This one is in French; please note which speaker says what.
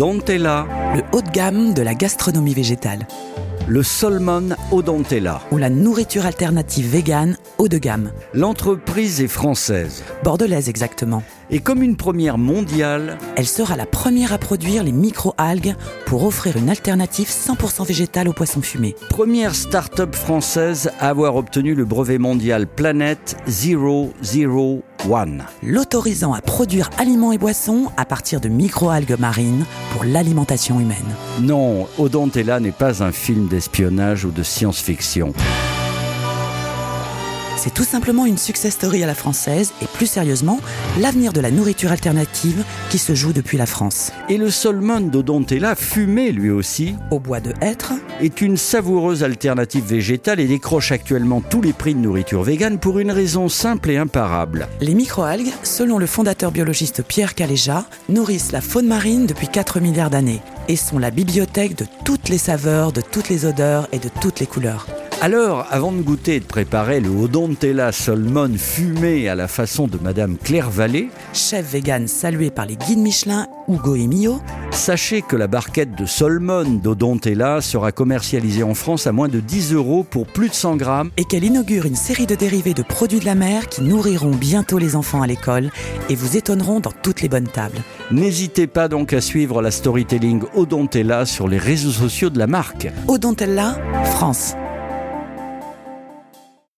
Speaker 1: Odontella,
Speaker 2: le haut de gamme de la gastronomie végétale,
Speaker 1: le Solman Odontella.
Speaker 2: ou la nourriture alternative végane haut de gamme,
Speaker 1: L'entreprise est française
Speaker 2: bordelaise exactement.
Speaker 1: et comme une première mondiale,
Speaker 2: Elle sera la première à produire les micro-algues pour offrir une alternative 100% végétale aux poissons fumés.
Speaker 1: première start-up française à avoir obtenu le brevet mondial Planète 001.
Speaker 2: L'autorisant à produire aliments et boissons à partir de micro-algues marines pour l'alimentation humaine.
Speaker 1: Non, Odontella n'est pas un film d'espionnage ou de science-fiction.
Speaker 2: C'est tout simplement une success story à la française et plus sérieusement, l'avenir de la nourriture alternative qui se joue depuis la France.
Speaker 1: Et le Solman d'Odontella, fumé lui aussi,
Speaker 2: Au bois de hêtre,
Speaker 1: est une savoureuse alternative végétale et décroche actuellement tous les prix de nourriture végane pour une raison simple et imparable.
Speaker 2: les microalgues, selon le fondateur biologiste Pierre Caléja, nourrissent la faune marine depuis 4 milliards d'années et sont la bibliothèque de toutes les saveurs, de toutes les odeurs et de toutes les couleurs.
Speaker 1: Alors, avant de goûter et de préparer le Odontella Solmon fumé à la façon de Madame Claire Vallée,
Speaker 2: Chef vegan salué par les guides Michelin, Hugo et Mio,
Speaker 1: sachez que la barquette de Solmon d'Odontella sera commercialisée en France à moins de 10 euros pour plus de 100 grammes.
Speaker 2: et qu'elle inaugure une série de dérivés de produits de la mer qui nourriront bientôt les enfants à l'école et vous étonneront dans toutes les bonnes tables.
Speaker 1: N'hésitez pas donc à suivre la storytelling Odontella sur les réseaux sociaux de la marque.
Speaker 2: Odontella, France.